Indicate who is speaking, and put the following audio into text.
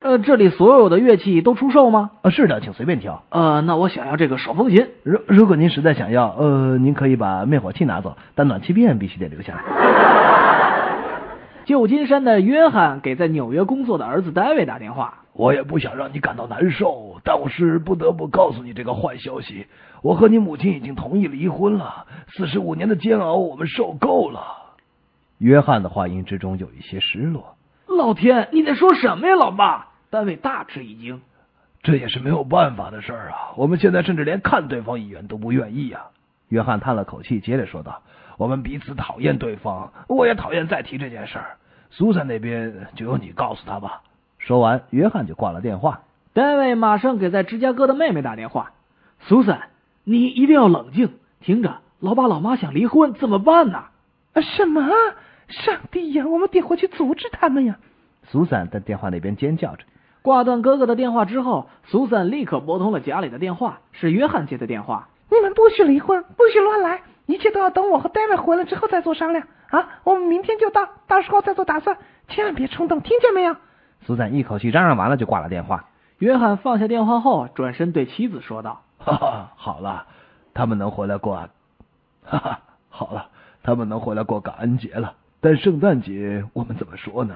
Speaker 1: 呃，这里所有的乐器都出售吗？
Speaker 2: 呃，是的，请随便挑。
Speaker 1: 呃，那我想要这个手风琴。
Speaker 2: 如如果您实在想要，呃，您可以把灭火器拿走，但暖气片必须得留下。
Speaker 1: 旧金山的约翰给在纽约工作的儿子戴维打电话。
Speaker 3: 我也不想让你感到难受，但我是不得不告诉你这个坏消息。我和你母亲已经同意离婚了，四十五年的煎熬我们受够了。
Speaker 2: 约翰的话音之中有一些失落。
Speaker 1: 老天，你在说什么呀，老爸？戴维大吃一惊。
Speaker 3: 这也是没有办法的事儿啊！我们现在甚至连看对方一眼都不愿意啊！
Speaker 2: 约翰叹了口气，接着说道：“
Speaker 3: 我们彼此讨厌对方，我也讨厌再提这件事儿。苏珊那边就由你告诉他吧。”
Speaker 2: 说完，约翰就挂了电话。
Speaker 1: 戴维马上给在芝加哥的妹妹打电话：“苏珊，你一定要冷静，听着，老爸老妈想离婚，怎么办呢？”
Speaker 4: 啊，什么？上帝呀！我们得回去阻止他们呀！
Speaker 2: 苏珊在电话那边尖叫着。
Speaker 1: 挂断哥哥的电话之后，苏珊立刻拨通了家里的电话，是约翰接的电话。
Speaker 4: 你们不许离婚，不许乱来，一切都要等我和戴维回来之后再做商量啊！我们明天就到，到时候再做打算，千万别冲动，听见没有？
Speaker 2: 苏珊一口气嚷嚷完了就挂了电话。
Speaker 1: 约翰放下电话后，转身对妻子说道：“
Speaker 3: 哈哈，好了，他们能回来过，啊哈哈，好了，他们能回来过感恩节了，但圣诞节我们怎么说呢？”